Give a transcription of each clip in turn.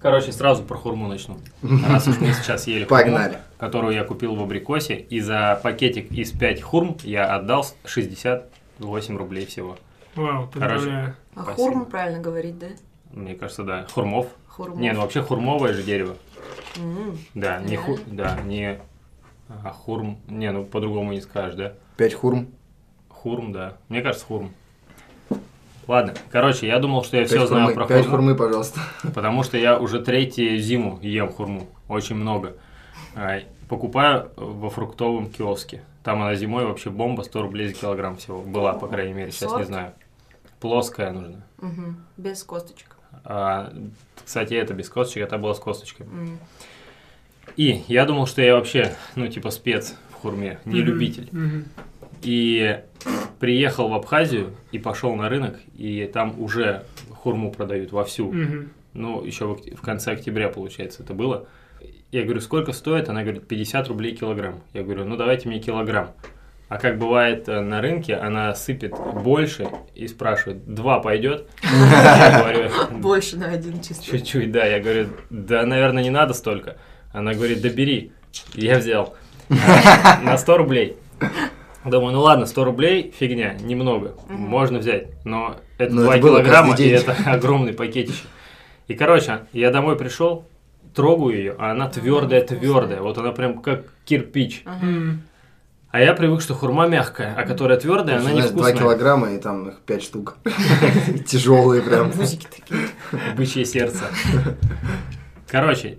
короче, сразу про хурму начну. Раз уж мы сейчас ели хурму, Погнали. которую я купил в абрикосе, и за пакетик из 5 хурм я отдал 68 рублей всего. Вау, поздравляю. А Спасибо. хурма правильно говорить, да? Мне кажется, да. Хурмов. Хурма. Не, ну вообще хурмовое же дерево. М. Да, не Реально? ху... Да, не а, хурм. Не, ну по-другому не скажешь, да? Пять хурм. Хурм, да. Мне кажется, хурм. Ладно, короче, я думал, что я Пять все знаю хурмы. про Пять хурму, хурмы, пожалуйста. потому что я уже третью зиму ем хурму, очень много. А, Покупаю во фруктовом киоске. Там она зимой вообще бомба, 100 рублей за килограмм всего. Была, по крайней мере, сейчас не Сорт? знаю. Плоская нужна. Мгм. Без косточек. А, кстати, это без косточек, это было с косточкой. М. И я думал, что я вообще, ну, типа спец в хурме, не Мгм, любитель. мгм. И приехал в Абхазию и пошел на рынок, и там уже хурму продают вовсю. Мгм. Ну, еще в, окт- в конце октября, получается, это было. Я говорю, сколько стоит? Она говорит, 50 рублей килограмм. Я говорю, ну давайте мне килограмм. А как бывает э, на рынке, она сыпет больше и спрашивает, два пойдет? Я говорю, Больше на один чисто. Хм. Чуть-чуть, да. Я говорю, да, наверное, не надо столько. Она говорит, да бери. Я взял. А, На 100 рублей. Думаю, ну ладно, 100 рублей, фигня, немного, Мгм. можно взять. Но это Но 2 это было килограмма, каждый и день. это огромный пакетище. И, короче, я домой пришел, трогаю ее, а она твердая-твердая. Вот она прям как кирпич. Ага. Мгм. А я привык, что хурма мягкая, а которая твердая, она Знаешь, два невкусная. килограмма и там их пять штук. Тяжелые прям. Бузики такие. бычье сердце. Короче,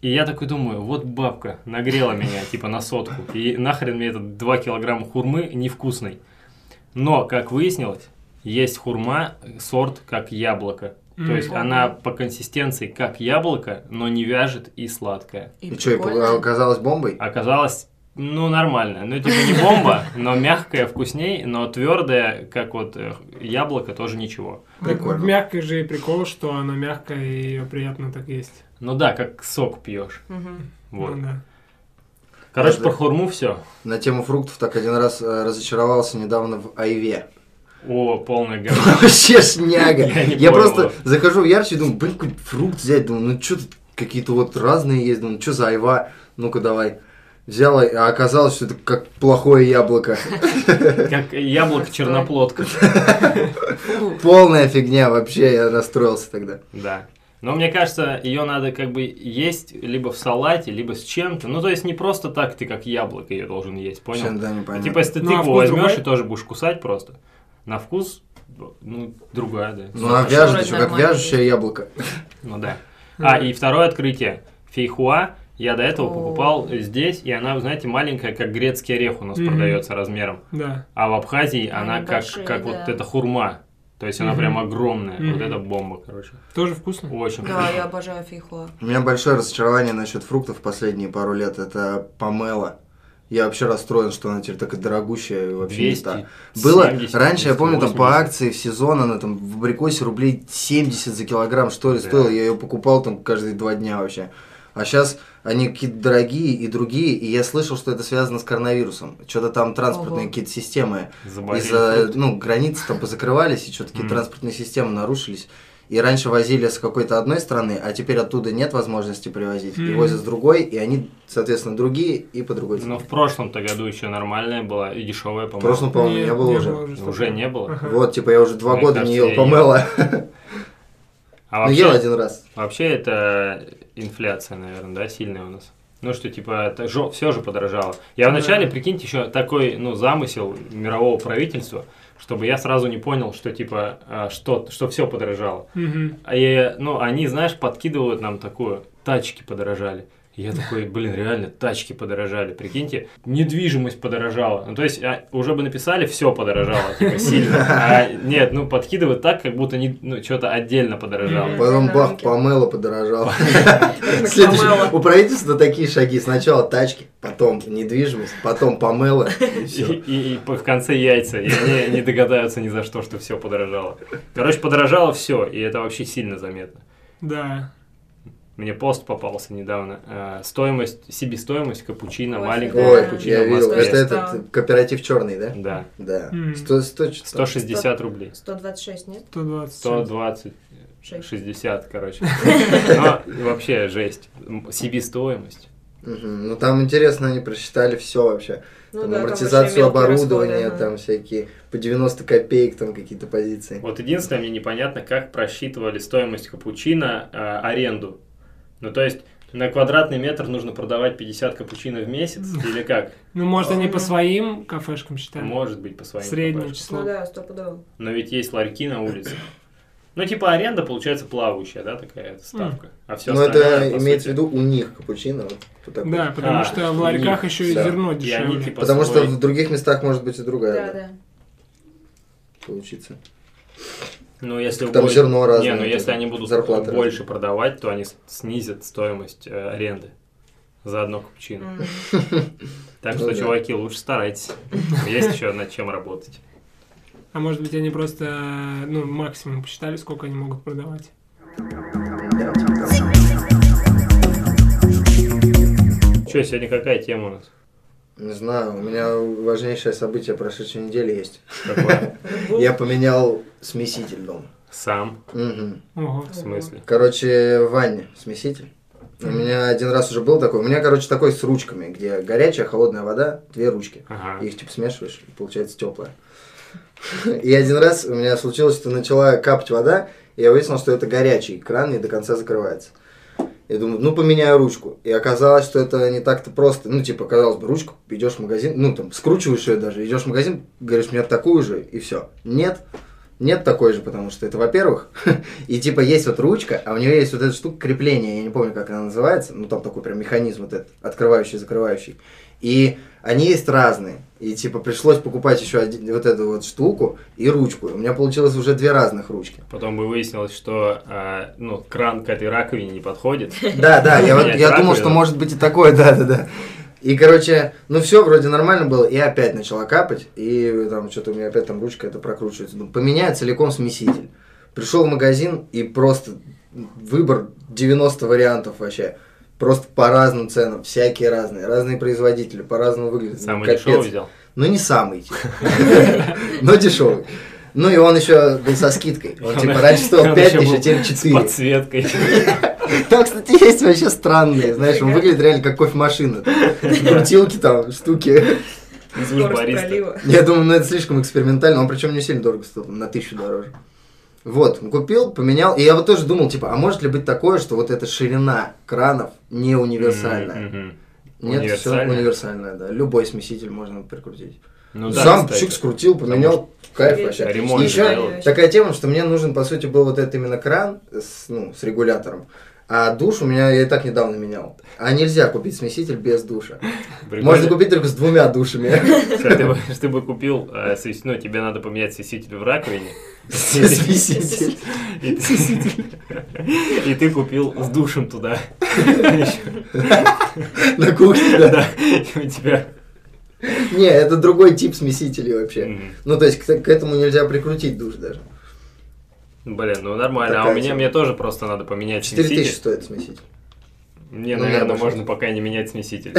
и я такой думаю, вот бабка нагрела меня, типа, на сотку. И нахрен мне этот 2 килограмма хурмы невкусный. Но, как выяснилось, есть хурма, сорт как яблоко. То М. есть она по консистенции как яблоко, но не вяжет и сладкая. И И что, прикольно. оказалось бомбой? Оказалось, ну, нормально. Ну, типа не бомба, но мягкая вкусней, но твердая, как вот э, яблоко, тоже ничего. Прикольно. В мягкой же и прикол, что она мягкая и ее приятно так есть. Ну да, как сок пьешь. Мгм. Вот. Ну да. Короче, Да, про да. хурму все. На тему фруктов так один раз э, разочаровался недавно в Айве. О, полное говно. Вообще шняга. Я не Я понял просто его. захожу в ярче и думаю, блин, какой фрукт взять. Думаю, ну что тут какие-то вот разные есть. Думаю, что за Айва? Ну-ка давай. Взял, а оказалось, что это как плохое яблоко. Как яблоко Отстой. черноплодка. Фу. Полная фигня вообще, я расстроился тогда. Да. Но мне кажется, ее надо как бы есть либо в салате, либо с чем-то. Ну, то есть не просто так ты как яблоко ее должен есть, Вообще, понял? да, не понятно. Типа, если ты Ну, а тыкву вкус возьмешь другой? и тоже будешь кусать просто. На вкус, ну, другая, да. Ну а Слушай, вяжет вроде еще, как нормально вяжущее яблоко. Ну да. А, и второе открытие. Фейхуа. Я до этого О. покупал здесь, и она, знаете, маленькая, как грецкий орех у нас Мгм. продается размером. Да. А в Абхазии Они она как, большие, как вот да. эта хурма. То есть она Мгм. прям огромная. Вот Мгм. это бомба, короче. Тоже вкусно? Очень Да, я обожаю фейхуа. У меня большое разочарование насчет фруктов последние пару лет. Это помела. Я вообще расстроен, что она теперь такая дорогущая и вообще не та. 200. Было раньше, я помню, там по акции в сезон она там в абрикосе рублей 70 за килограмм, что ли, Да. стоила. Я ее покупал там каждые два дня вообще. А сейчас они какие-то дорогие и другие, и я слышал, что это связано с коронавирусом. Что-то там транспортные Ого. какие-то системы из-за, Из-за... ну, границы там позакрывались, и что-то какие-то Мгм. транспортные системы нарушились. И раньше возили с какой-то одной страны, а теперь оттуда нет возможности привозить. И Мгм. возят с другой, и они, соответственно, другие и по другой цене. Но Ну, в прошлом-то году еще нормальная была и дешевая, В по-моему. прошлом, по-моему, Не, я был не уже. было что-то. Уже не Ну, было? Ага. Вот, типа, я уже два Мне года не кажется, ел я помела. А Ну, вообще, ел один раз. вообще это инфляция, наверное, да, сильная у нас. Ну что, типа, это все же подорожало. Я Да. вначале, прикиньте, еще такой, ну, замысел мирового правительства, чтобы я сразу не понял, что, типа, а, что, что все подорожало. Мгм. А я, ну, они, знаешь, подкидывают нам такое, тачки подорожали. И Я такой, блин, реально, тачки подорожали, прикиньте, недвижимость подорожала. Ну, то есть, а, уже бы написали, все подорожало, типа, сильно. А, нет, ну, подкидывают так, как будто не, ну, что-то отдельно подорожало. Мгм. Потом на бах, рынке. помело подорожало. Помело. Следующее. У правительства такие шаги. Сначала тачки, потом недвижимость, потом помело, и И, все. и- и по- в конце яйца, и они не догадаются ни за что, что все подорожало. Короче, подорожало все, и это вообще сильно заметно. Да. Мне пост попался недавно. э, стоимость, себестоимость капучино, Кофе, маленького Ой, капучино я в видел. Москве. Это Стал. этот кооператив черный, да? Да, Да. М. Сто- сто- 160 рублей. 126, нет? 120. 120. Шесть. 60, короче. Но вообще жесть. М, себестоимость. Мгм. Ну там интересно, они просчитали все вообще. Ну там да, там вообще амортизацию мелкие оборудования, расходы, ага. там всякие по 90 копеек, там какие-то позиции. Вот единственное, мне непонятно, как просчитывали стоимость капучино э, аренду. Ну, то есть, на квадратный метр нужно продавать 50 капучино в месяц? Или как? Ну, может, они по Мгм. своим кафешкам считают? Может быть, по своим Среднее кафешкам. число. Ну да, стопудово. Но ведь есть ларьки на улице. Ну, типа аренда, получается, плавающая, да, такая ставка. А все Но Ну, это имеется в виду у них капучино. вот по такой. Да, потому А, что в у ларьках них, еще и да. зерно И они, дешевле. типа, Потому что свой- в других местах может быть и другая Да, да, да. получится. Ну, если Там убо- зерно разное, Не, ну, там если они будут зарплаты больше продавать, то они с- снизят стоимость э, аренды за одно капучино. М. Так Ну что, да. чуваки, лучше старайтесь. Есть еще над чем работать. А может быть, они просто, ну, максимум посчитали, сколько они могут продавать. Че, сегодня какая тема у нас? Не знаю, у меня важнейшее событие прошедшей недели есть. Какое? Я поменял смеситель дома. Сам. Мгм. Ого. В смысле? Короче, в ванне смеситель. У меня один раз уже был такой. У меня, короче, такой с ручками, где горячая, холодная вода, две ручки. Ага. Их типа смешиваешь, и получается теплая. И один раз у меня случилось, что начала капать вода, и я выяснил, что это горячий кран не до конца закрывается. Я думаю, ну поменяю ручку. И оказалось, что это не так-то просто. Ну, типа, казалось бы, ручку идешь в магазин, ну там, скручиваешь ее даже, идешь в магазин, говоришь, мне такую же, и все. Нет, нет такой же, потому что это, во-первых, и типа есть вот ручка, а у нее есть вот эта штука крепления, я не помню, как она называется, ну там такой прям механизм вот этот, открывающий, закрывающий. И они есть разные. И типа пришлось покупать еще один- вот эту вот штуку и ручку. И У меня получилось уже две разных ручки. Потом бы выяснилось, что э, ну, кран к этой раковине не подходит. Да, да, я, вот, Менять я думал, раковину. что может быть и такое, да, да, да. И, короче, ну все, вроде нормально было, и опять начала капать, и там что-то у меня опять там ручка это прокручивается. Ну, поменяю целиком смеситель. Пришел в магазин, и просто выбор 90 вариантов вообще. Просто по разным ценам, всякие разные, разные производители, по-разному выглядят. Самый Капец. дешевый взял. Ну, не самый, типа. но дешевый. Ну, и он еще был со скидкой. Он, типа, раньше стоил Он 5 еще тысяч, а был теперь С 4. подсветкой. Там, кстати, есть вообще странные, знаешь, он выглядит реально как кофемашина. Крутилки там, штуки. Звук Скорость бариста. пролива. Я думаю, ну это слишком экспериментально, он причем не сильно дорого стоил, на тысячу дороже. Вот, купил, поменял, и я вот тоже думал, типа, а может ли быть такое, что вот эта ширина кранов не универсальная? М, м. Нет, М-м-м. все Универсальная? универсальная, да. Любой смеситель можно прикрутить. Ну да, Сам кстати. чик скрутил, поменял, кайф вообще. Ремонт И еще сделал. такая тема, что мне нужен, по сути, был вот этот именно кран с, ну, с регулятором. А душ у меня я и так недавно менял. А нельзя купить смеситель без душа. Можно Прикольно. купить только с двумя душами. Что ты бы, что ты бы купил, э, свис- ну, тебе надо поменять свиситель в раковине, Смеситель. и ты, и ты купил с душем туда. На кухне, да. Да, и у тебя... Не, это другой тип смесителей вообще. Мгм. Ну, то есть, к к этому нельзя прикрутить душ даже. Блин, ну нормально, а у Такая меня тема. мне тоже просто надо поменять 4000 смеситель. стоит смеситель. Мне, Ну, наверное, нормально. можно пока не менять смеситель.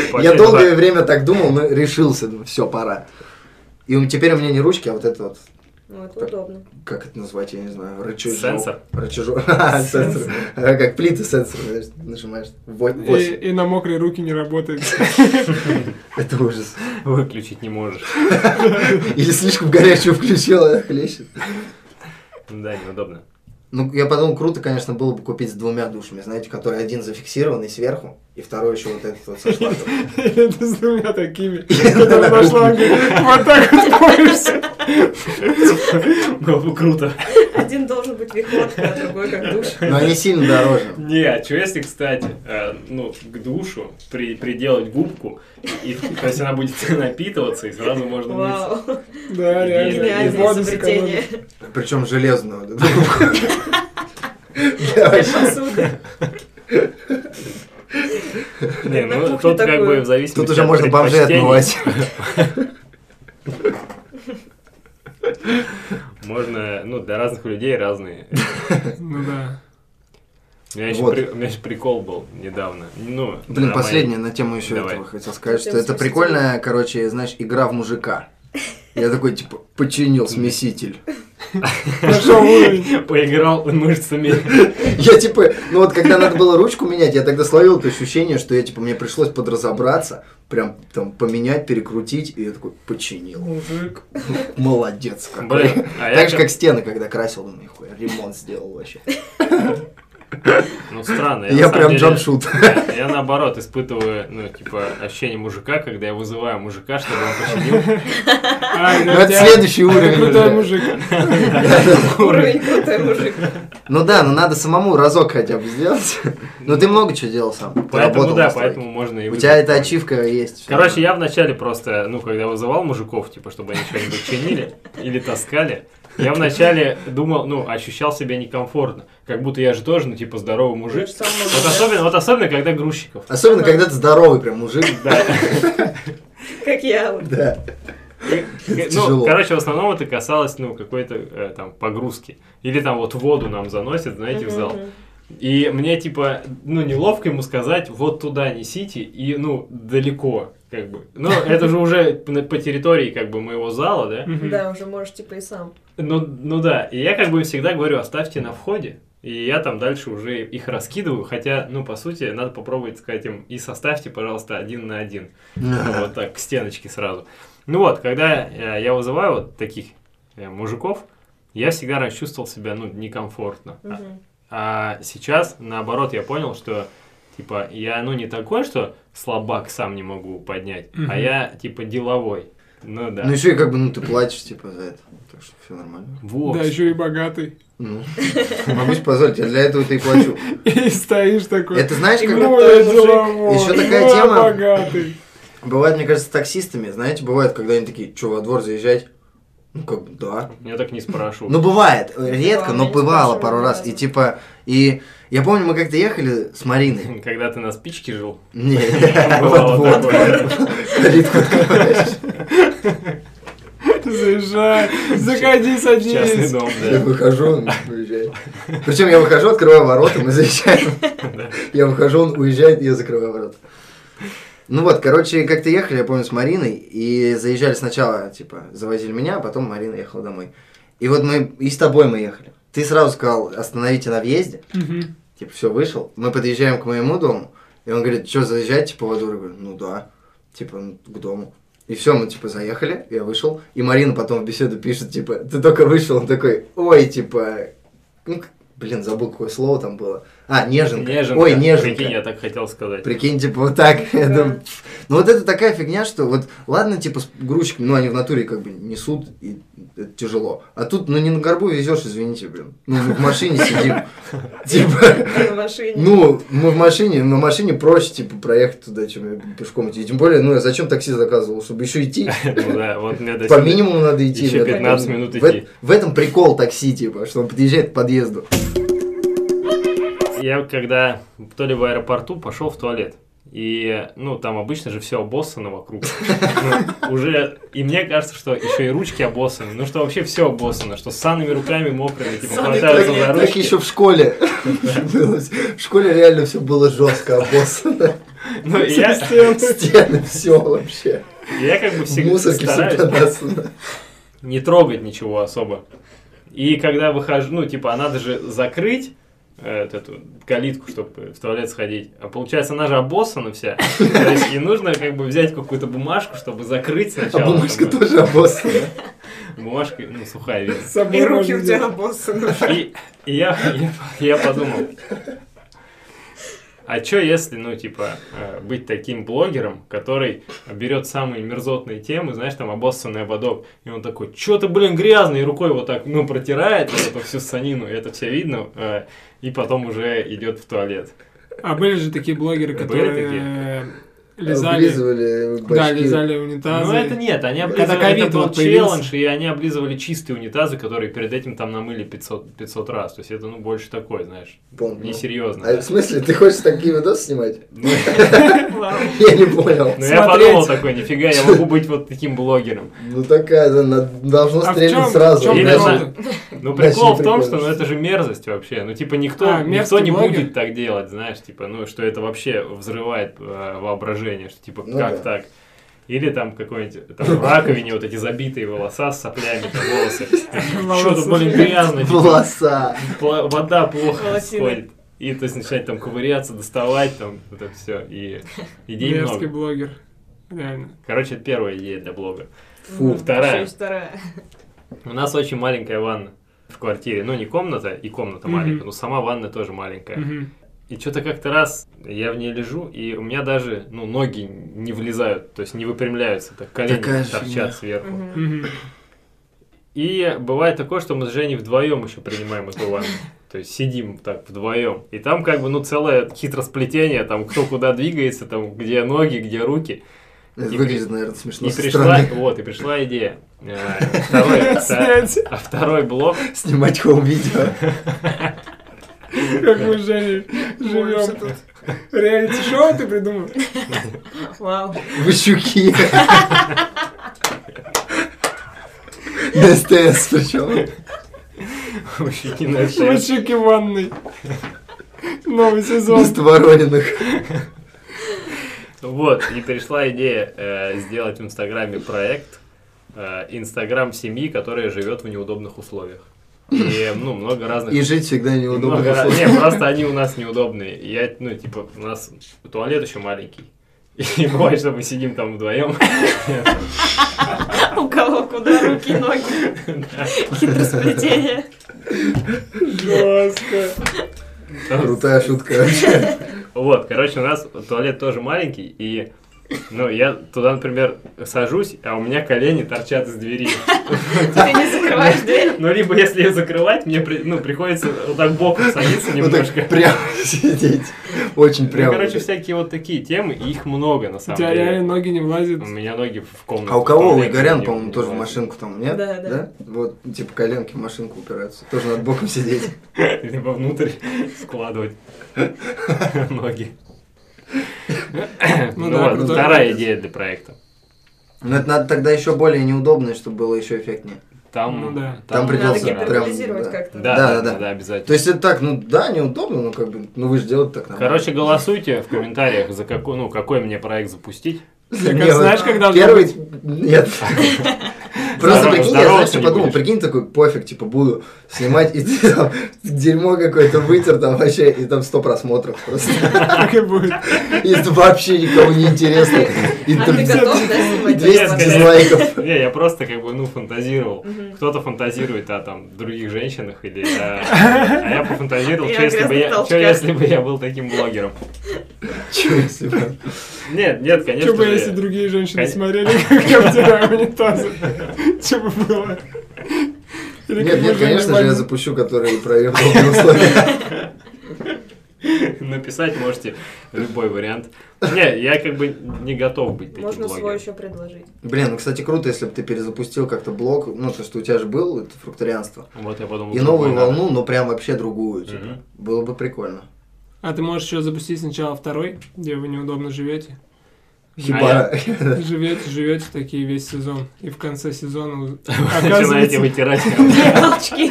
Я долгое время так думал, но решился, все, пора. И у- теперь у меня не ручки, а вот это вот Ну, это удобно. как это назвать, я не знаю, рычажок. Сенсор? Рычажок. Ха, Сенсор. А, Как плиты сенсор, знаешь, нажимаешь. Во- И, Восемь. и на мокрые руки не работает. Это ужас. Выключить не можешь. Или слишком горячую включил, а хлещет. Да, неудобно. Ну, я подумал, круто, конечно, было бы купить с двумя душами, знаете, который один зафиксированный сверху, и второй еще вот этот вот со шлангом. Это с двумя такими. Да, которые да, на шланге. Вот так вот моешься. Было бы круто. Один должен быть вихлотка, а другой как душ. Но они сильно дороже. Не, а что если, кстати, э, ну, к душу при, приделать губку, и, то есть она будет напитываться, и сразу можно мыться. Вау, Да, реально. Гениальное И гениальное воду сэкономить. изобретение. Причем железную. вот эту губку. Да, Для вообще. посуды. Не, На ну кухне тут как такую. бы в зависимости Тут уже от можно бомжей предпочтений отмывать. Можно, ну, для разных людей разные. Ну да. У меня еще, Вот. при- у меня еще прикол был недавно. Ну, Блин, на моей- последнее на тему еще Давай. этого хотел сказать, что Тема это смесителя. прикольная, короче, знаешь, игра в мужика. Я такой, типа, починил смеситель. Пошел уровень. Поиграл мышцами. Я типа, ну вот когда надо было ручку менять, я тогда словил это ощущение, что я типа, мне пришлось подразобраться, прям там поменять, перекрутить, и я такой, починил. Мужик. Молодец какой. Блин, а я Так же, как стены, когда красил, думаю, нихуя, ремонт сделал вообще. Ну, странно. на Я самом прям деле- джампшут. Я, я наоборот испытываю, ну, типа, ощущение мужика, когда я вызываю мужика, чтобы он починил. А, Ну, да, это тебя- следующий уровень Крутой уже. мужик. Уровень крутой мужик. Ну да, но надо самому разок хотя бы сделать. Но ты много чего делал сам. Ты Поэтому, работал да, на стройке. поэтому можно и У вызвать. тебя эта ачивка есть. Короче, я вначале просто, ну, когда вызывал мужиков, типа, чтобы они что-нибудь чинили или таскали, я вначале думал, ну, ощущал себя некомфортно. Как будто я же тоже, ну, типа, здоровый Я мужик. ж сам могу, Вот да. особенно, вот особенно когда грузчиков. Особенно, когда ты здоровый прям мужик. Да. Как я. вот. Да. Ну, Тяжело. короче, в основном это касалось, ну, какой-то э, там погрузки. Или там вот воду нам заносят, знаете, в зал. Мгм. И мне, типа, ну, неловко ему сказать, вот туда несите, и, ну, далеко, как бы. Ну, это же уже по по территории, как бы, моего зала, да? Мгм. Да, уже можешь типа и сам. Ну, ну да, и я как бы им всегда говорю, оставьте на входе, и я там дальше уже их раскидываю, хотя, ну, по сути, надо попробовать сказать им, и составьте, пожалуйста, один на один, вот так, к стеночке сразу. Ну вот, когда э, я вызываю вот таких э, мужиков, я всегда раньше чувствовал себя, ну, некомфортно. А- Мгм. А сейчас, наоборот, я понял, что, типа, я, ну, не такой, что слабак сам не могу поднять, Мгм. а я, типа, деловой. Ну да. Ну еще и как бы, ну ты плачешь, типа, за это. Так что все нормально. вот. Да, еще и богатый. Ну, могу себе позволить, я для этого-то и плачу. И стоишь такой. Это знаешь, как Ну, крутой я мужик. деловой, Ещё такая ну, я тема. богатый. бывает, мне кажется, с таксистами, знаете, бывает, когда они такие, что, во двор заезжать? Ну, как бы, да. Я так не спрошу. Ну, бывает, редко, Да, но я не бывало спрашиваю пару ни раз. разу. И типа, и я помню, мы как-то ехали с Мариной. Когда ты на спичке жил, Не, Бывало вот, вот, такое. вот. Калитку открываешь. Заезжай, заходи, в частный садись. дом, Я да. выхожу, он уезжает. Причем я выхожу, открываю ворота, мы заезжаем. Я выхожу, он уезжает, и я закрываю ворота. Ну вот, короче, как-то ехали, я помню, с Мариной, и заезжали сначала, типа, завозили меня, а потом Марина ехала домой. И вот мы, и с тобой мы ехали. Ты сразу сказал, остановите на въезде, Мгм. типа, все, вышел. Мы подъезжаем к моему дому, и он говорит, что, заезжать, типа, во двор? Я говорю, ну да, типа, ну, к дому. И все, мы, типа, заехали, я вышел, и Марина потом в беседу пишет, типа, ты только вышел, он такой, ой, типа, ну, к- блин, забыл, какое слово там было. А, неженка. Неженка. Ой, неженка. Прикинь, я так хотел сказать. Прикинь, типа, вот так. Я Да. думаю, пф. Ну, вот это такая фигня, что вот, ладно, типа, с грузчиками, ну, они в натуре как бы несут, и это тяжело. А тут, ну, не на горбу везешь, извините, блин. Ну, мы в машине сидим. Типа, Ты на машине. ну, мы в машине, на машине проще, типа, проехать туда, чем пешком идти. И Тем более, ну, я зачем такси заказывал, чтобы еще идти? Ну да, вот мне до По сих- минимуму надо идти. Еще Я так 15 понимаю. минут В идти. э- В этом прикол такси, типа, что он подъезжает к подъезду. Я когда то ли в аэропорту пошел в туалет. И, ну, там обычно же все обоссано вокруг. Ну, уже, и мне кажется, что еще и ручки обоссаны. Ну, что вообще все обоссано, что с санными руками мокрыми, типа, Ссаные хватаются за туалет. Так ручки. еще в школе. было. В школе реально все было а жестко обоссано. Ну, и я, Стены, все вообще. я как бы В всегда мусорке все стараюсь. подосано. не трогать ничего особо. И когда выхожу, ну, типа, а надо же закрыть э, вот эту калитку, чтобы в туалет сходить. А получается, она же обоссана вся. То есть, и нужно как бы взять какую-то бумажку, чтобы закрыть А сначала. бумажка Там, тоже обоссана. э, Бумажка, ну, сухая видно. С собой И руки у можно тебя делать. обоссаны. И, и я, я, я подумал, а чё если, ну, типа, э, быть таким блогером, который берет самые мерзотные темы, знаешь, там, обоссанный ободок, и он такой, чё ты, блин, грязный, и рукой вот так, ну, протирает вот эту всю санину, и это все видно, э, и потом уже идет в туалет. А были же такие блогеры, Были которые э, лизали. Облизывали Да, башки. лизали Ну, это унитазы. нет, они Когда облизывали, это ковид был вот появился. челлендж, и они облизывали чистые унитазы, которые перед этим там намыли 500, 500 раз, то есть это, ну, больше такое, знаешь, Помню. несерьезно. А в смысле, ты хочешь такие видосы снимать? Ну, Ладно. Я не понял. Ну, я Смотреть. подумал такой, нифига, я могу быть вот таким блогером. Ну такая, да, на- должно А в стрелять чём- Ну, сразу. в чём Или знаешь. она- прикол-то? Ну, прикол в Вообще том, прикольно. что ну, это же мерзость вообще. Ну, типа, никто, А, мерзкий никто не блогер. будет так делать, знаешь, типа, ну, что это вообще взрывает э, воображение, что, типа, Ну как да. так? Или там какой-нибудь там в раковине вот эти забитые волоса с соплями, там волосы. Что тут, блин, грязно, типа, Волоса. пла- вода плохо Волосины. сходит. И то есть начинает там ковыряться, доставать там вот это все. И идей Мерзкий много. блогер. Реально. Короче, это первая идея для блога. Фу, вторая. вторая. У нас очень маленькая ванна в квартире. Ну, не комната, и комната Мгм. маленькая, но сама ванна тоже маленькая. Мгм. И что-то как-то раз я в ней лежу, и у меня даже, ну, ноги не влезают, то есть не выпрямляются, так колени Такая же торчат фигня. сверху. Мгм. Мгм. И бывает такое, что мы с Женей вдвоем еще принимаем эту ванну. То есть сидим так вдвоем. И там как бы, ну, целое хитросплетение, там кто куда двигается, там где ноги, где руки. Это И выглядит, наверное, смешно И со пришла, стороны. вот, и пришла идея. Э, Второй, вта- Снять. а второй блок Снимать хоум-видео. Как мы с Женей Боремся живем тут. Реалити-шоу ты придумал? Вау. В щуки. На СТС причем. вообще не на шею. Мальчики в ванной. Новый сезон. Вместо Ворониных. Вот, и пришла идея э, сделать в Инстаграме проект э, Инстаграм семьи, которая живет в неудобных условиях. И, ну, много разных... И жить всегда неудобно. много раз- Не, просто они у нас неудобные. И Я, ну, типа, у нас туалет еще маленький. И бывает, что мы сидим там вдвоем. А У кого куда руки, ноги, хитросплетение. Жестко. Крутая шутка вообще. Вот, короче, у нас туалет тоже маленький, и ну, я туда, например, сажусь, а у меня колени торчат из двери. Ты не закрываешь дверь. Ну, либо если ее закрывать, мне при- ну, приходится вот так боком садиться Вот немножко. так прямо сидеть. Очень Ну, прямо. короче, всякие вот такие темы, и их много, на У самом тебя деле. реально ноги не влазят. У меня ноги в Ну, комнату. А у кого? У туалета Игорян, не- по-моему, не тоже в влазят. машинку там, нет? Да, да. Вот, типа, коленки в машинку упираются. Тоже надо боком сидеть. Либо внутрь складывать ноги. Ну Ну да, вот, крутой вторая проект. идея для проекта. Но это надо тогда еще более неудобно, чтобы было еще эффектнее. Там, Ну да. Там Надо придется прям, гиперболизировать да. как-то. А Да, Да, да, да, да, да. обязательно. То есть это так, ну да, неудобно, но как бы, ну вы же делаете так нормально. Короче, голосуйте в комментариях, за какой, ну, какой мне проект запустить. Так, Не, а вот знаешь, когда Первый... Нет. Просто Здорово- прикинь, я здорово знаешь, ты что не подумал, будешь. прикинь, такой, пофиг, типа, буду снимать, и ты там дерьмо какое-то вытер там вообще, и там сто просмотров просто. так и будет? И это вообще никому не интересно. И А там ты готов, да, снимать? 200 Нет, дизлайков. Не, я просто как бы, ну, фантазировал. Мгм. Кто-то фантазирует о там других женщинах или о- А я пофантазировал, И о что если бы грязных я- что толчках. если бы я был таким блогером. Чего если бы. Нет, нет, конечно Что бы, же, если другие женщины Конечно. смотрели, как я втираю унитазы? Что бы было? Или как Нет, нет, мы конечно же, я занимались- запущу, который проверил условия. написать можете любой вариант. Не, я как бы не готов быть таким Можно свой блогером. еще предложить. Блин, ну, кстати, круто, если бы ты перезапустил как-то блог, ну, то, что у тебя же был, это фрукторианство. Вот я подумал. И что новую надо. волну, но прям вообще другую, типа. Мгм. Было бы прикольно. А ты можешь еще запустить сначала второй, где вы неудобно живете. типа А Хибара. Живете, живете такие весь сезон. И в конце сезона Начинаете оказывается, вытирать. а Толчки.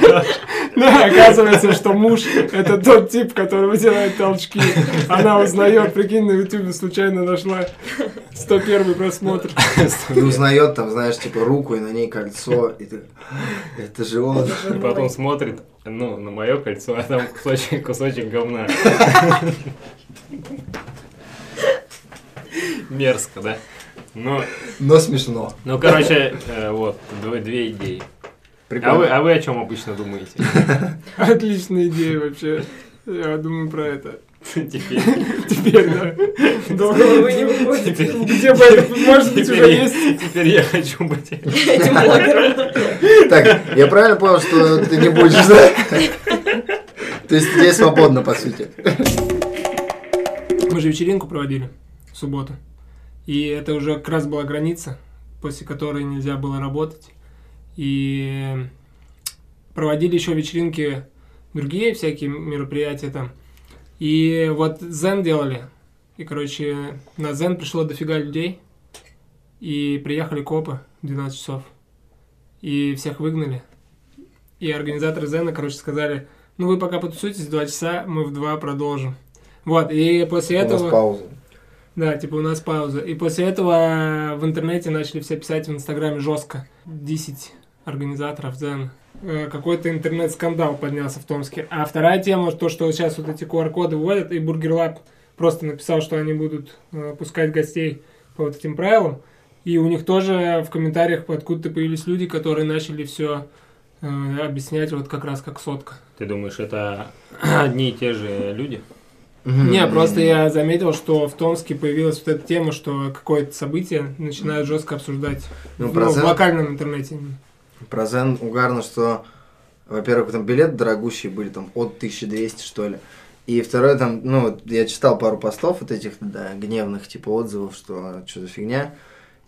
да, оказывается, что муж это тот тип, который выделяет толчки. Она узнает, прикинь, на ютубе случайно нашла 101 просмотр. И узнает там, знаешь, типа руку и на ней кольцо. И ты, это же он. И потом смотрит, ну, на мое кольцо, а там кусочек, кусочек говна. Мерзко, да? Ну, Но смешно. ну короче, э, вот, две, две идеи. А вы, Прикольно. а вы о чем обычно думаете? Отличная идея вообще. Я думаю про это. Теперь. Теперь, да. Головы не выходит Теперь- Где бы это, может быть, уже теперь я- есть? Теперь я хочу быть этим блогером. Так, я правильно понял, что ты не будешь, да? То есть здесь свободно, по сути. Мы же вечеринку проводили в субботу. И это уже как раз была граница, после которой нельзя было работать. И проводили еще вечеринки другие всякие мероприятия там. И вот Зен делали. И, короче, на Зен пришло дофига людей. И приехали копы в 12 часов. И всех выгнали. И организаторы Зена, короче, сказали, ну вы пока потусуйтесь 2 часа, мы в 2 продолжим. Вот, и после У нас этого... пауза. Да, типа у нас пауза. И после этого в интернете начали все писать в Инстаграме жестко. 10 организаторов Дзен. Э, Какой-то интернет-скандал поднялся в Томске. А вторая тема, то, что сейчас вот эти QR-коды вводят, и Бургер Лаб просто написал, что они будут э, пускать гостей по вот этим правилам. И у них тоже в комментариях откуда-то появились люди, которые начали все объяснять вот как раз как сотка. Ты думаешь, это одни и те же люди? Не, просто я заметил, что в Томске появилась вот эта тема, что какое-то событие начинают жестко обсуждать Ну, ну, в процент- локальном интернете. Про Зен угарно, что, во-первых, там билет дорогущие были, там от 1200, что ли. И второе, там, ну, вот я читал пару постов вот этих, да, гневных, типа, отзывов, что что за фигня.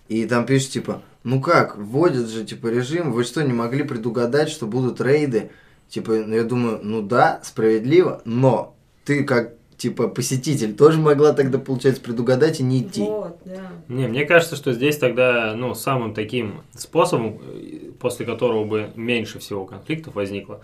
И там пишут, типа, ну как, вводят же, типа, режим, вы что, не могли предугадать, что будут рейды? Типа, ну, я думаю, ну да, справедливо, но ты как, типа, посетитель тоже могла тогда, получается, предугадать и не идти. Вот, да. Не, мне кажется, что здесь тогда, ну, самым таким способом, э, после которого бы меньше всего конфликтов возникло,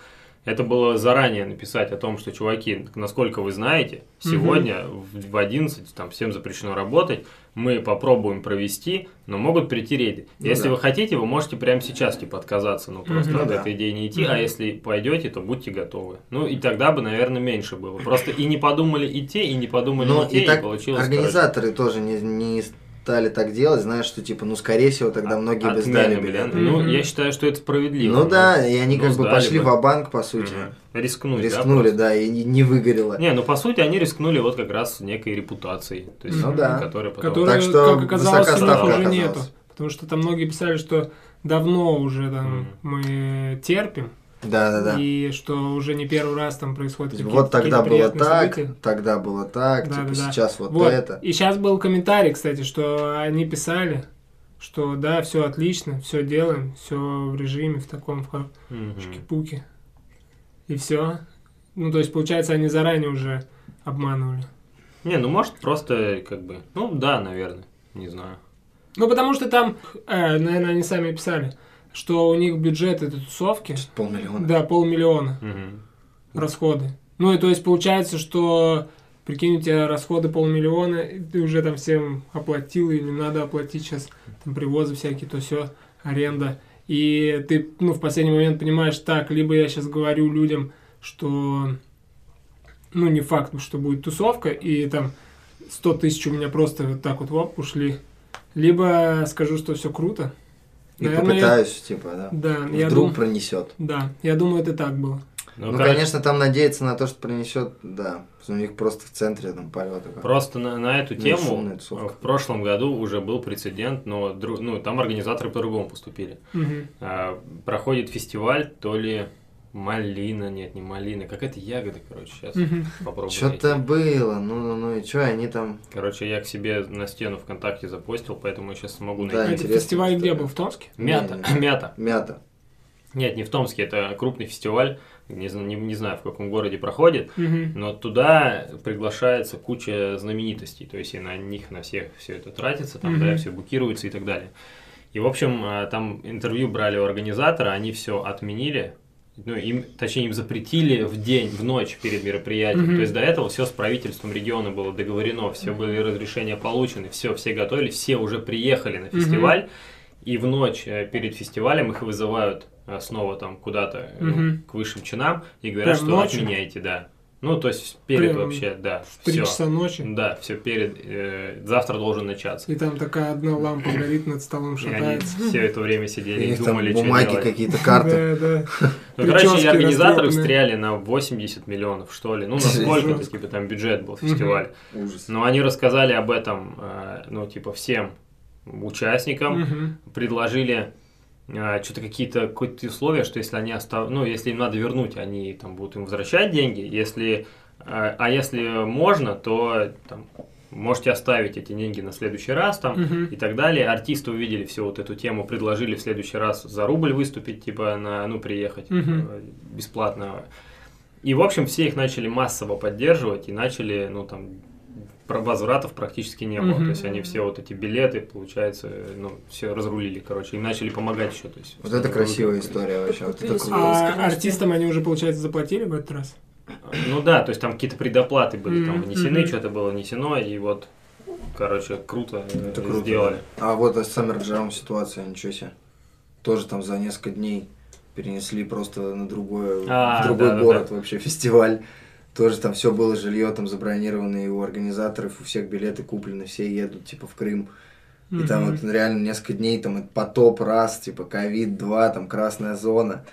это было заранее написать о том, что, чуваки, насколько вы знаете, сегодня в- в 11 там всем запрещено работать, мы попробуем провести, но могут прийти рейды. Ну если да. вы хотите, вы можете прямо сейчас, типа, отказаться, ну, просто Мгм. от Ну да. этой идеи не идти, Мгм. а если пойдете, то будьте готовы. Ну, и тогда бы, наверное, меньше было. Просто и не подумали и те, и не подумали Ну, и те, и и, так получилось, короче, организаторы тоже не, не стали так делать, знаешь, что типа, ну, скорее всего, тогда От- многие бы отмена сдали билета. билеты. А, Ну, Мгм. я считаю, что это справедливо. Ну да, и они Ну, как бы сдали пошли бы. в банк по сути. Мгм. Рискнули, да, Рискнули, да, и не- не выгорело. просто? Не, ну по сути они рискнули вот как раз некой репутацией, то есть, Ну да. которая потом... Которые, Так что как оказалось, высока у них ставка уже оказалась. нету. Потому что там многие писали, что давно уже там Мгм. мы терпим, Да, да, да. и что уже не первый раз там происходит какие-то, вот тогда какие-то было приятные так, события. тогда было так, Да, типа да, да. сейчас вот, Вот. это. И сейчас был комментарий, кстати, что они писали, что да, все отлично, все делаем, все в режиме, в таком в хар- Мгм. шки-пуки. И все. Ну, то есть, получается, они заранее уже обманывали. Не, ну может просто как бы... Ну да, наверное, не знаю. Ну, потому что там, наверное, они сами писали, что у них бюджет этой тусовки, Чуть Полмиллиона. да, полмиллиона Мгм. расходы. Ну, и то есть, получается, что, прикинь, у тебя расходы полмиллиона, и ты уже там всем оплатил или надо оплатить сейчас, там, привозы всякие, то все, аренда. И ты, ну, в последний момент понимаешь, так, либо я сейчас говорю людям, что, ну, не факт, что будет тусовка, и там 100 тысяч у меня просто вот так вот, воп, ушли. Либо скажу, что все круто. И Наверное, я- попытаюсь, типа, да. Да, я Вдруг думаю, пронесет. да, я думаю, это так было. Ну, короче, конечно, там надеяться на то, что пронесет, да. Потому что У них просто в центре там полета. Просто на, на эту Ну, тему шумная тусовка. в прошлом году уже был прецедент, но дру- ну, там организаторы по-другому поступили. Мгм. А, проходит фестиваль, то ли малина, нет, не малина, какая-то ягода, короче, сейчас Мгм. попробую. Что-то было, ну, ну, ну, и что, они там... найти. Короче, я к себе на стену ВКонтакте запостил, поэтому я сейчас смогу Да, найти. Этот интересная фестиваль где история. был? В Томске? Мята, Не-не-не. мята. Мята. Нет, не в Томске, это крупный фестиваль, не, зн- не- не знаю, в каком городе проходит, Мгм. но туда приглашается куча знаменитостей, то есть и на них, на всех все это тратится, там, да, Мгм. все букируется и так далее. И, в общем, а, там интервью брали у организатора, они все отменили, ну, им, точнее, им запретили в день, в ночь перед мероприятием. Мгм. То есть до этого все с правительством региона было договорено, все были разрешения получены, все, все готовились, все уже приехали на Мгм. фестиваль. И в ночь э, перед фестивалем их вызывают э, снова там куда-то э, ну, Мгм. к высшим чинам и говорят, Прям что ночью? отменяйте, да. Ну, то есть перед Прям вообще, да. В три всё. часа ночи. Да, все перед. э, завтра должен начаться. И там такая одна лампа горит над столом, И они шатается. все это время сидели У и них там думали, что бумаги делать. какие-то, карты. Да, да. Ну, короче, прически и организаторы растрёпанные. встряли на 80 миллионов, что ли. Ну, Жесть. насколько-то, Жёстко. типа, там бюджет был фестиваля. Ужас. Но они рассказали об этом, э, ну, типа, всем участникам. Мгм. предложили а, что-то какие-то какие-то условия, что если они остав... ну если им надо вернуть, они там будут им возвращать деньги, если а а если можно, то там можете оставить эти деньги на следующий раз там Мгм. и так далее. Артисты увидели всю вот эту тему, предложили в следующий раз за рубль выступить, типа на ну приехать Мгм. э, бесплатно. И в общем все их начали массово поддерживать и начали ну там про возвратов практически не было. Мгм. То есть они все вот эти билеты, получается, э, ну, все разрулили, короче, и начали помогать еще. То есть, Вот это красивая история вообще. Вот это Купили круто. свой А Скоростью. артистам они уже, получается, заплатили в этот раз? Ну да, то есть там какие-то предоплаты были там Мгм. внесены, Мгм. что-то было внесено, и вот Короче, круто э, Это круто. сделали. А вот с Summer Jam ситуация, ничего себе. Тоже там за несколько дней перенесли просто на другое, А, в другой да-да-да. город вообще фестиваль. Тоже там все было, жилье там забронировано, и у организаторов у всех билеты куплены, все едут типа в Крым. И там Мгм. вот реально несколько дней, там это потоп раз, типа ковид два, там красная зона.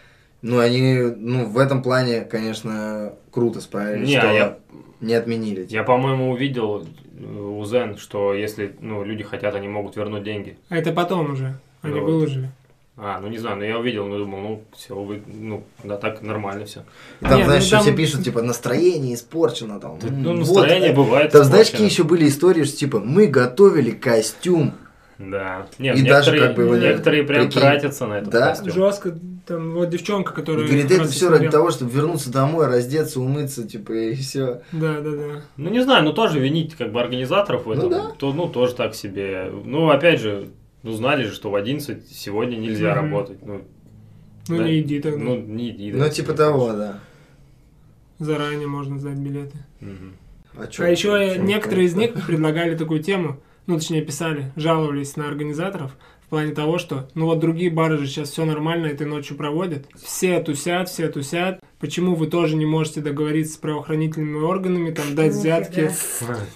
Ну, они, ну, в этом плане, конечно, круто справились, Не, что я- не отменили. Я, по-моему, увидел э, у Зен, что если ну, люди хотят, они могут вернуть деньги. А это потом уже. Они Вот. выложили. А, ну не знаю, но я увидел, но думал, ну все, ну да, так нормально все. И там, Не, ну знаешь, еще там- все пишут, типа, настроение испорчено там. М, Ну, вот настроение это. бывает. Там, знаешь, какие испорчено. еще были истории, что, типа, мы готовили костюм. Да. Нет, И даже некоторые, как бы его не- некоторые прям прикинь. тратятся на этот Да? костюм. Жестко, там вот девчонка, И которая... говорит, это красит все ради время. того, чтобы вернуться домой, раздеться, умыться, типа, и все. Да, да, да. Ну, не знаю, но тоже винить как бы организаторов в Ну этом, да. то, ну, тоже так себе. Ну, опять же, ну, знали же, что в 11 сегодня нельзя Мгм. работать. Ну, Ну да, не иди тогда. Ну, не иди. да, Ну, типа если того, хочешь. да. Заранее можно сдать билеты. Мгм. чё? а еще Чё, некоторые из конечно. них предлагали такую тему, ну, точнее, писали, жаловались на организаторов в плане того, что, ну, вот другие бары же сейчас все нормально этой ночью проводят. Все тусят, все тусят. Почему вы тоже не можете договориться с правоохранительными органами, там, дать Нифига. взятки,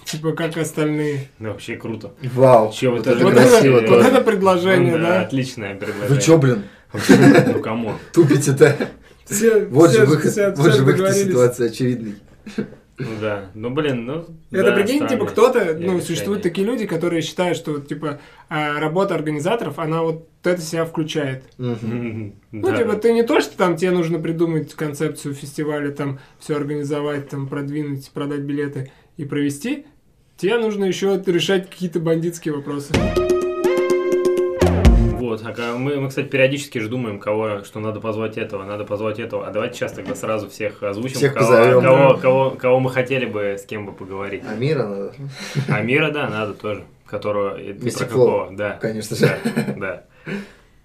типа, как остальные? Ну, вообще круто. Вау, Чё, вот это это же- Вот красиво э, это, вот тоже. это предложение, Ну да? Отличное предложение. Вы чё, блин, Ну, кому? тупите-то? Все- Вот все же выход, тусят, вот все же выход из договорились. ситуации очевидный. Ну, да. Ну, блин, ну... Это да, прикинь, типа странно. кто-то, Я ну, решение. существуют такие люди, которые считают, что типа а, работа организаторов, она вот это себя включает. Мгм. Мгм. Ну, Да. типа, ты не то, что там тебе нужно придумать концепцию фестиваля, там все организовать, там продвинуть, продать билеты и провести. Тебе нужно еще решать какие-то бандитские вопросы. Вот, а ка- мы, мы, кстати, периодически же думаем, кого, что надо позвать этого, надо позвать этого. А давайте сейчас тогда сразу всех озвучим, Всех кого, позовем. кого, Да. кого, кого мы хотели бы, с кем бы поговорить. Амира надо, А Мира, да, надо тоже, которого... и про Мясниклова. какого, Да, конечно же. да, да.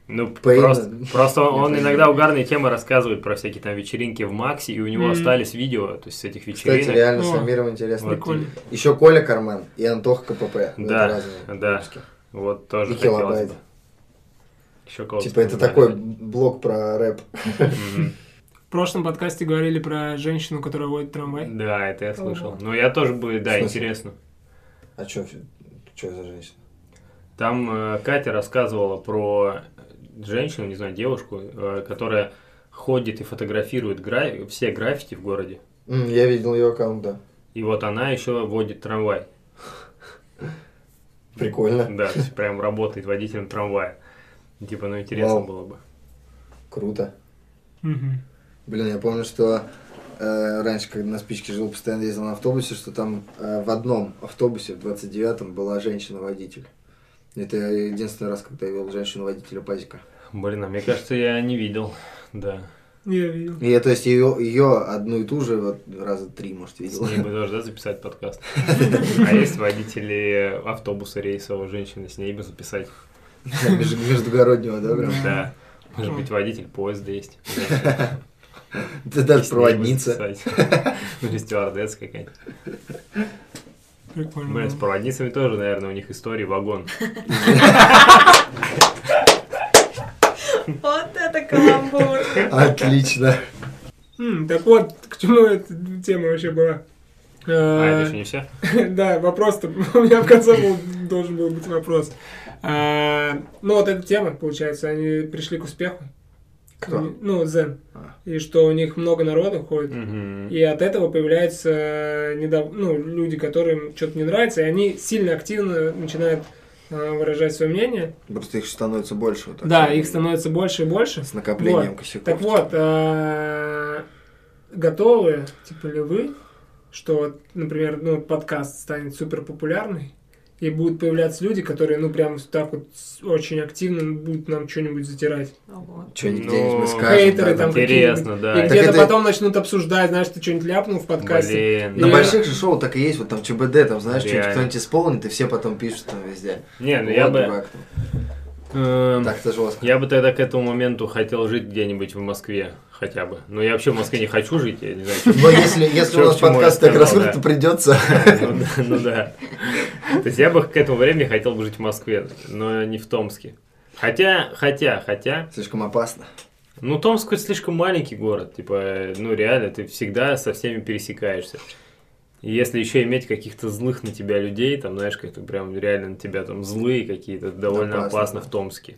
Ну, Пейна. просто, просто он, Я тоже иногда не- угарные темы рассказывает про всякие там вечеринки в Максе, и у него Мгм. остались видео, то есть с этих вечеринок. Кстати, реально с О, Амиром интересно. Прикольно. Еще Коля Карман и Антоха КПП. Ну, Да, это разные да. выпуски. Вот тоже И хотелось Килобайт. бы. Еще кого-то Типа это вспоминали. такой блок про рэп. Мгм. В прошлом подкасте говорили про женщину, которая водит трамвай. Да, это я слышал. Ого. Ну, я тоже бы, да, В смысле? интересно. А что за женщина? Там э, Катя рассказывала про женщину, не знаю, девушку, э, которая ходит и фотографирует гра- все граффити в городе. М, Я видел ее аккаунт, да. И вот она еще водит трамвай. Прикольно, Да, то есть прям работает водителем трамвая. Типа, ну интересно Вау. было бы. круто. Мгм. Блин, я помню, что э, раньше, когда на спичке жил, постоянно ездил на автобусе, что там э, в одном автобусе, в 29-м, была женщина-водитель. Это единственный раз, когда я вел женщину-водителя пазика. Блин, а мне кажется, я не видел. Да. Я видел. И я, то есть, ее, ее одну и ту же вот, раза три, может, С видел. ней бы тоже, да, записать подкаст. А есть водители автобуса рейсового женщины, с ней бы записать. Меж- Междугороднего, да, прям? Да. Может быть, водитель поезда есть. Женщина. Ты даже проводница. Писать. Ну, или стюардесса какая-нибудь. Прикольно. Блин, с проводницами тоже, наверное, у них истории вагон. Вот это каламбур. Отлично. М, так вот, к чему эта тема вообще была? А Э, это еще не все? Да, вопрос-то. У меня в конце был- должен был быть вопрос. А, Ну, вот эта тема, получается, они пришли к успеху. Кто? Они- Ну, Зен. А. И что у них много народу ходит. Мгм. И от этого появляются недов- ну, люди, которым что-то не нравится, и они сильно активно начинают а, выражать свое мнение. Просто их становится больше. вот так. Да, их становится больше и больше. С накоплением Вот. косяков. Так вот, а, готовы, типа ли вы, что, вот, например, ну, подкаст станет супер популярный, и будут появляться люди, которые, ну, прям так вот с- очень активно будут нам что-нибудь затирать. Ого. Что-нибудь Ну, типа, мы скажем. Хейтеры да, там да. Интересно, какие-нибудь. да. И Так где-то это- потом начнут обсуждать, знаешь, ты что-нибудь ляпнул в подкасте. Блин. На И- больших же шоу так и есть, вот там ЧБД, там, знаешь, Реально. что-нибудь кто-нибудь исполнит, и все потом пишут там везде. Не, ну Вот я бы... дурак там. эм, Так, это жестко. Я бы тогда к этому моменту хотел жить где-нибудь в Москве хотя бы. Но я вообще в Москве не хочу жить, я не знаю, чё- Но если, если Чё, у нас к чему я подкаст так сказал, раскрыт, да. то придется. Ну да, Ну да. То есть я бы к этому времени хотел бы жить в Москве, но не в Томске. Хотя, хотя, хотя, Слишком опасно. ну Томск хоть слишком маленький город, типа, э, ну реально, ты всегда со всеми пересекаешься. И если еще иметь каких-то злых на тебя людей, там, знаешь, как-то прям реально на тебя там злые какие-то, это довольно Опасно, опасно, да. в Томске.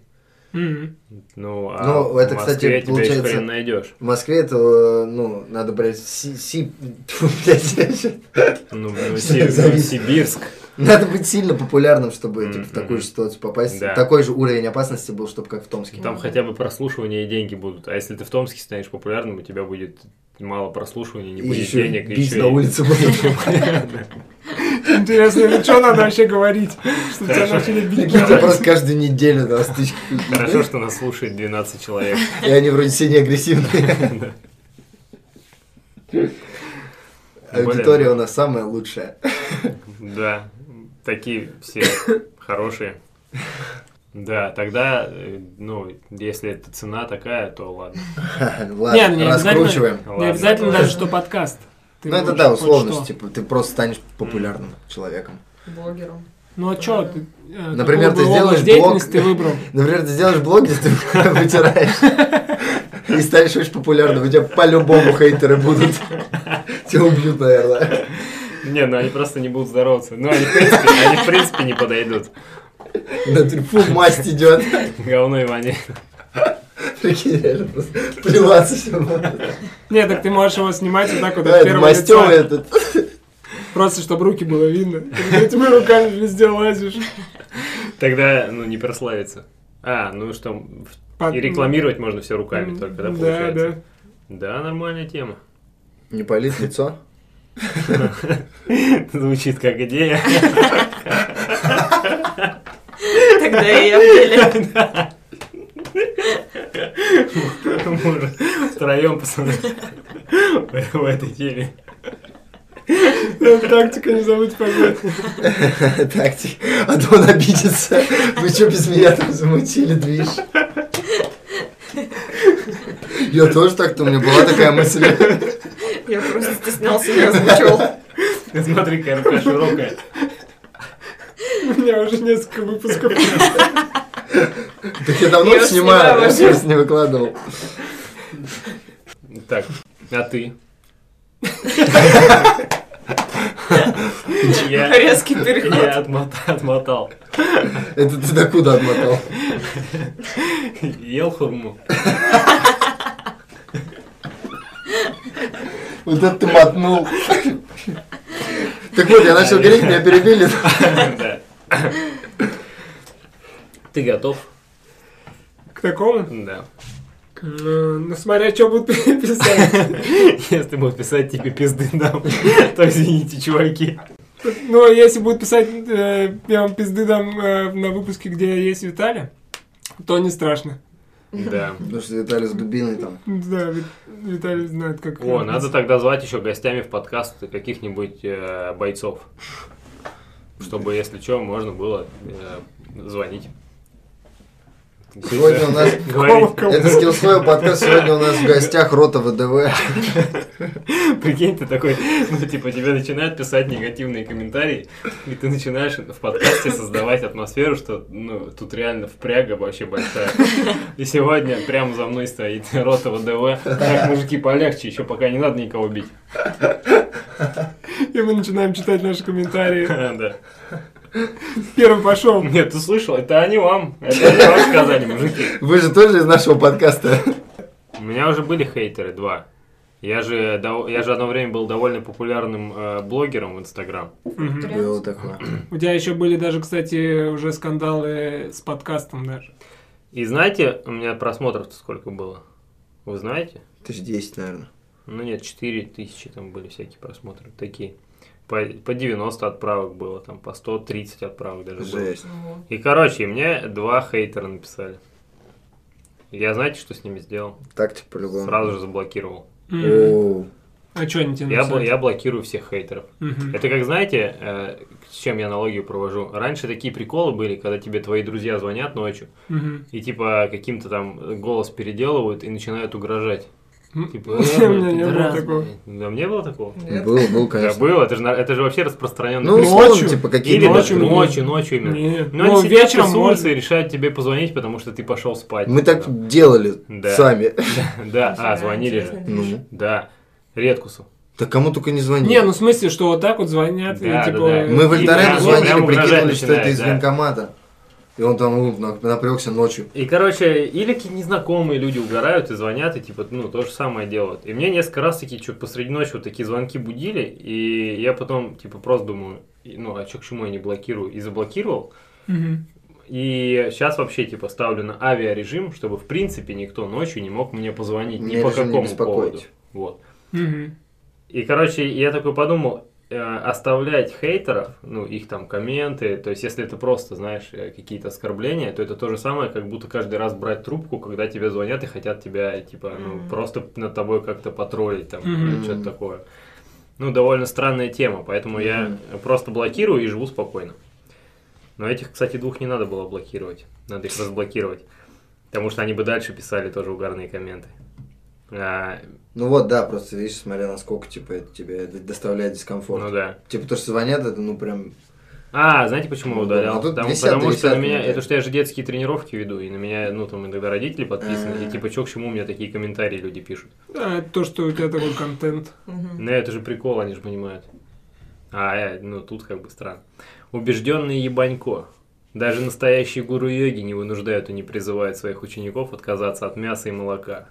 Мгм. Ну, а Ну, это, в кстати, Москве тебя ещё получается- хрен найдешь. В Москве это, э, ну, надо брать си... си- тьфу, блядь. Ну, ну, Что Си- это за ну, вид? Сибирск. Надо быть сильно популярным, чтобы типа, в Мгм. такую же ситуацию попасть. Да. Ну, Такой же уровень опасности был, чтобы как в Томске. Там хотя бы прослушивание и деньги будут. А если ты в Томске станешь популярным, у тебя будет мало прослушивания, не И будет ещё денег. и бить ещё на и- улице будут. Интересно, ну что надо вообще говорить, чтобы тебя начали бить? Прикиньте, просто каждую неделю на стычку. Хорошо, что нас слушает 12 человек. И они вроде все не агрессивные. Аудитория у нас самая лучшая. Да, такие все хорошие. Да, тогда, э, ну, если эта цена такая, то ладно. Не, ну, Ладно, не обязательно. раскручиваем. Не Ладно. обязательно даже, что подкаст. Ты Ну это можешь да, хоть условность, что. типа ты просто станешь популярным человеком. Блогером. Ну а что? ты, э, Например, какую ты бы сделаешь блог- область деятельности ты выбрал? Например, ты сделаешь блог, где ты вытираешь и станешь очень популярным, у тебя по-любому хейтеры будут. Тебя убьют, наверное. Не, ну они просто не будут здороваться. Ну, они, в принципе, они, в принципе, не подойдут. Да, ты, Фу, масть идет. Говно и они. Прикинь, реально просто плеваться все Нет, так ты можешь его снимать вот так вот Да, от это первого лица. мастер этот. Просто, чтобы руки было видно. Ты этими руками везде лазишь. Тогда, ну, не прославится. А, ну что, в- Под- и рекламировать можно все руками только, да, Да, получается? да. Да, нормальная тема. Не палит лицо. Звучит как идея. Тогда и я в деле. Можно втроем посмотреть в этой теме. Надо Ну, Тактика не забудь позвать. Тактик. А то он обидится. Вы что без меня там замутили движ? Я тоже так-то, у меня была такая мысль. Я просто стеснялся, не озвучивал. Смотри, какая рука широкая. У меня уже несколько выпусков. Так я давно Я снимаю, снимаю я вообще. просто не выкладывал. Так, а ты? Я, Резкий переход. я отмота- отмотал. Это ты докуда отмотал? Ел хурму. Вот это ты мотнул. Так вот, я начал говорить, меня перебили. Да. Ты готов? К такому? Да. Ну, ну, смотря, что будут писать. Если будут писать тебе пизды дам, то извините, чуваки. Ну, а если будут писать, э, я вам пизды дам э, на выпуске, где есть Виталий, то не страшно. Да. Потому что Виталий с дубиной там. Да, Ви- Виталий знает, как... О, надо тогда звать еще гостями в подкаст каких-нибудь э, бойцов. Чтобы, если что, можно было э, звонить. Сегодня у нас... Говорить, Это скиллсвой подкаст. Сегодня у нас в гостях Рота ВДВ. прикинь, ты такой, ну, типа, тебе начинают писать негативные комментарии, и ты начинаешь в подкасте создавать атмосферу, что, ну, тут реально впряга вообще большая. И сегодня прямо за мной стоит Рота ВДВ. Так, мужики, полегче, еще пока не надо никого бить. И мы начинаем читать наши комментарии. Да. Первый пошел. Нет, ты слышал? Это они вам. Это они вам сказали, мужики. Вы же тоже из нашего подкаста. У меня уже были хейтеры, два. Я же, дов- я же одно время был довольно популярным э, блогером в Инстаграм. Мгм. Было такое. У тебя еще были даже, кстати, уже скандалы с подкастом даже. И знаете, у меня просмотров-то сколько было? Вы знаете? Тысяч десять, наверное. Ну нет, 4000 там были всякие просмотры такие. По, по 90 отправок было, там по 130 отправок даже было. Жесть. Ну, И короче, и мне два хейтера написали. Я знаете, что с ними сделал? Тактик типа, по-любому. Сразу же заблокировал. Мгм. Оу. А что они тебе Я, бл- написали? я блокирую всех хейтеров. Мгм. Это как, знаете, э, с чем я аналогию провожу? Раньше такие приколы были, когда тебе твои друзья звонят ночью Мгм. и типа каким-то там голос переделывают и начинают угрожать. М, Типа, у «Э, меня блядь, не было пидорас, такого. блядь». Да мне было такого? Нет. Был, был, Да, конечно. было, это же, на- это же вообще распространенный Ну, феномен. условно, Ночью. типа, Или какие-то... ночью, ночью, ночью, блин. ночью, именно. Не. Но они Ну, сидят вечером с улицы можно. и решают тебе позвонить, потому что ты пошел спать. Мы Да. так делали Да. сами. Да, а, Да, звонили интересно. же. Ну, Да, редкусу. так кому только не звонили. Не, ну в смысле, что вот так вот звонят и Да, да, типа... да. э, Мы в И Эльдорадо прям- звонили, прям угрожать прикидывали, что это начинает, из да. военкомата. И он там ну, на- напрягся ночью. И, короче, или какие-то незнакомые люди угорают и звонят, и типа, ну, то же самое делают. И мне несколько раз такие, что посреди ночи вот такие звонки будили, и я потом, типа, просто думаю, и, ну, а что к чему я не блокирую? И заблокировал. мгм. И сейчас вообще, типа, ставлю на авиарежим, чтобы, в принципе, никто ночью не мог мне позвонить. Мне ни по режим не какому беспокоить. поводу. Вот. Мгм. И, короче, я такой подумал, э, оставлять хейтеров, ну, их там комменты, то есть, если это просто, знаешь, э, какие-то оскорбления, то это то же самое, как будто каждый раз брать трубку, когда тебе звонят и хотят тебя, типа, ну, Мгм. просто над тобой как-то потроллить, там, Мгм. или что-то такое. Ну, довольно странная тема, поэтому я просто блокирую и живу спокойно. Но этих, кстати, двух не надо было блокировать, надо их разблокировать, потому что они бы дальше писали тоже угарные комменты. А, Ну вот, да, просто видишь, смотря насколько, типа, это тебе это доставляет дискомфорт. ну да. Типа, то, что звонят, это, ну, прям... А, знаете, почему Ну, удалял? а тут Потому, 10-е, потому что на 10-е, меня, да. это что я же детские тренировки веду, и на меня, ну, там иногда родители подписаны, и А. типа, чё к чему у меня такие комментарии люди пишут. А, это то, что у тебя такой контент. Мгм. Ну, это же прикол, они же понимают. А, э, ну, тут как бы странно. Убежденный ебанько. Даже настоящие гуру йоги не вынуждают и не призывают своих учеников отказаться от мяса и молока.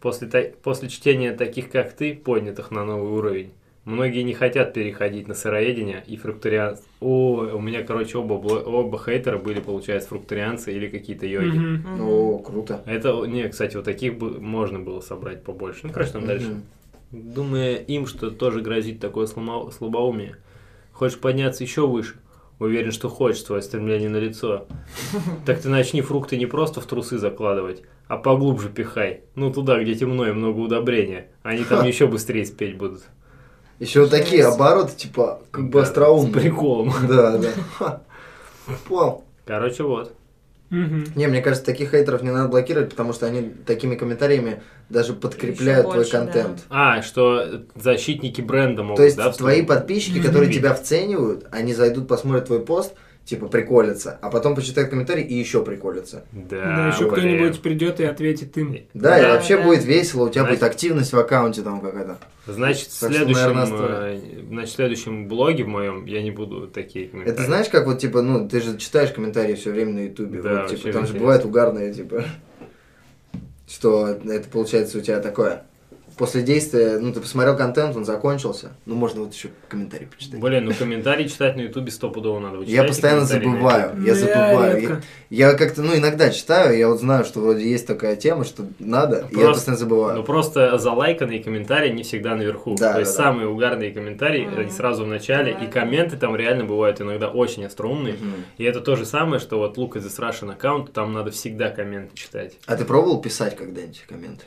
После, та- после чтения таких, как ты, поднятых на новый уровень, многие не хотят переходить на сыроедение и фрукторианство. О, у меня, короче, оба, бло- оба хейтера были, получается, фрукторианцы или какие-то йоги. Мгм. О, круто. Это, не, кстати, вот таких бы можно было собрать побольше. Ну, короче, там Мгм. дальше. Думая им, что тоже грозит такое слома- слабоумие. Хочешь подняться еще выше? Уверен, что хочешь, твое стремление на лицо. Так ты начни фрукты не просто в трусы закладывать, а поглубже пихай. Ну туда, где темно и много удобрения. Они там еще быстрее спеть будут. Еще вот такие обороты, типа, как бы Да, С остроумные. приколом. Да, да. Ха. Понял. Короче, вот. Мгм. Не, мне кажется, таких хейтеров не надо блокировать, потому что они такими комментариями даже подкрепляют твой больше, да. контент. А, что защитники бренда могут, То есть Ну, да, твои вступить? подписчики, Мгм. которые тебя вценивают, они зайдут, посмотрят твой пост, типа приколятся, а потом почитают комментарии и еще приколятся. Да, Да, еще блин. Э, кто-нибудь придет и ответит им. Да, и Да, вообще да. будет весело, у тебя Знаете- будет активность в аккаунте там какая-то. Значит, в Так что, следующем, наверное, стоит. э, значит, в следующем блоге в моем я не буду такие комментарии. Это знаешь, как вот типа, ну, ты же читаешь комментарии все время на Ютубе, Да, вот, типа, очень там же интересно. бывают угарные, типа, что это получается у тебя такое. После действия, ну, ты посмотрел контент, он закончился, ну, можно вот еще комментарий почитать. Блин, ну комментарии читать на ютубе стопудово надо. Вы Я читаете постоянно комментарии на забываю, я Да, забываю. редко. Я- Я как-то, ну, иногда читаю, я вот знаю, что вроде есть такая тема, что надо, и я Просто- постоянно Ютубе? Ну забываю. просто залайканные комментарии не всегда наверху. Да, То есть да, да. самые угарные комментарии Мгм. они сразу в начале, и Бывает. комменты там реально бывают иногда очень остроумные. Мгм. И это то же самое, что вот Лука из Russian аккаунт, там надо всегда комменты читать. А ты пробовал писать когда-нибудь комменты?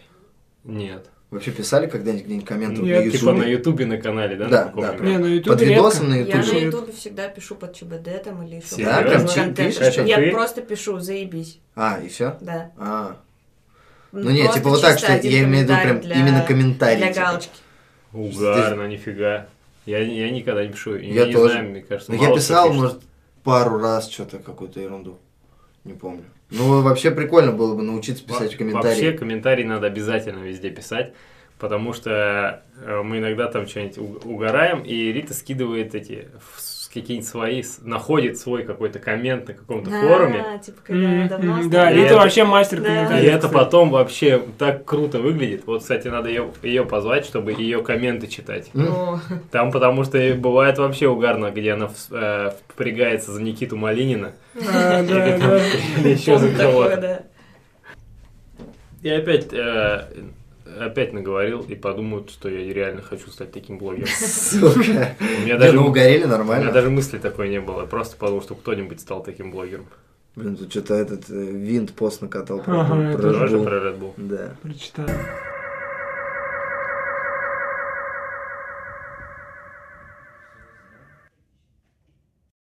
Нет. Вообще писали когда-нибудь где-нибудь комменты вот Нет, на типа на Ютубе? ютубе на канале, да? на Да, каком-нибудь? да. Не, ну, на Под Ютубе видосом на Я на Ютубе? Слушай, Ютубе всегда пишу под ЧБД там или еще Да, какой-нибудь прям ты контент. пишешь, а ты? Я просто пишу, заебись, А, и все? да. А, Ну нет, просто типа вот так, чисто что один я имею в виду комментарий прям для- именно комментарий. Для типа. галочки. Угарно, нифига. Я, я никогда не пишу. и Я не тоже. знаю, мне кажется, Ну, я мало кто писал, пишет. может, пару раз что-то, какую-то ерунду. Не помню. Ну, вообще прикольно было бы научиться Во- писать в Вообще комментарии. комментарии надо обязательно везде писать, потому что э, мы иногда там что-нибудь у- угораем, и Рита скидывает эти в- с- какие-нибудь свои, с- находит свой какой-то коммент на каком-то форуме. Да, типа когда М, давно м, И это- Да, Рита оставляла. вообще мастер Да. И комментариев. это кстати. потом вообще так круто выглядит. Вот, кстати, надо ее, позвать, чтобы ее комменты читать. М? Ну, Там потому что и бывает вообще угарно, где она вс- э, впрягается за Никиту Малинина А, да, или, там- да. или еще за помню такое, кого-то. да. Я опять, э, опять наговорил и подумают, что я реально хочу стать таким блогером. Сука. У меня Не, даже, ну, угорели у меня нормально. даже мысли такой не было. Я просто подумал, что кто-нибудь стал таким блогером. Блин, тут что-то этот э, винт пост накатал. про- Ага, про это Red Тоже Bull. про Red Bull. Да. Прочитаю.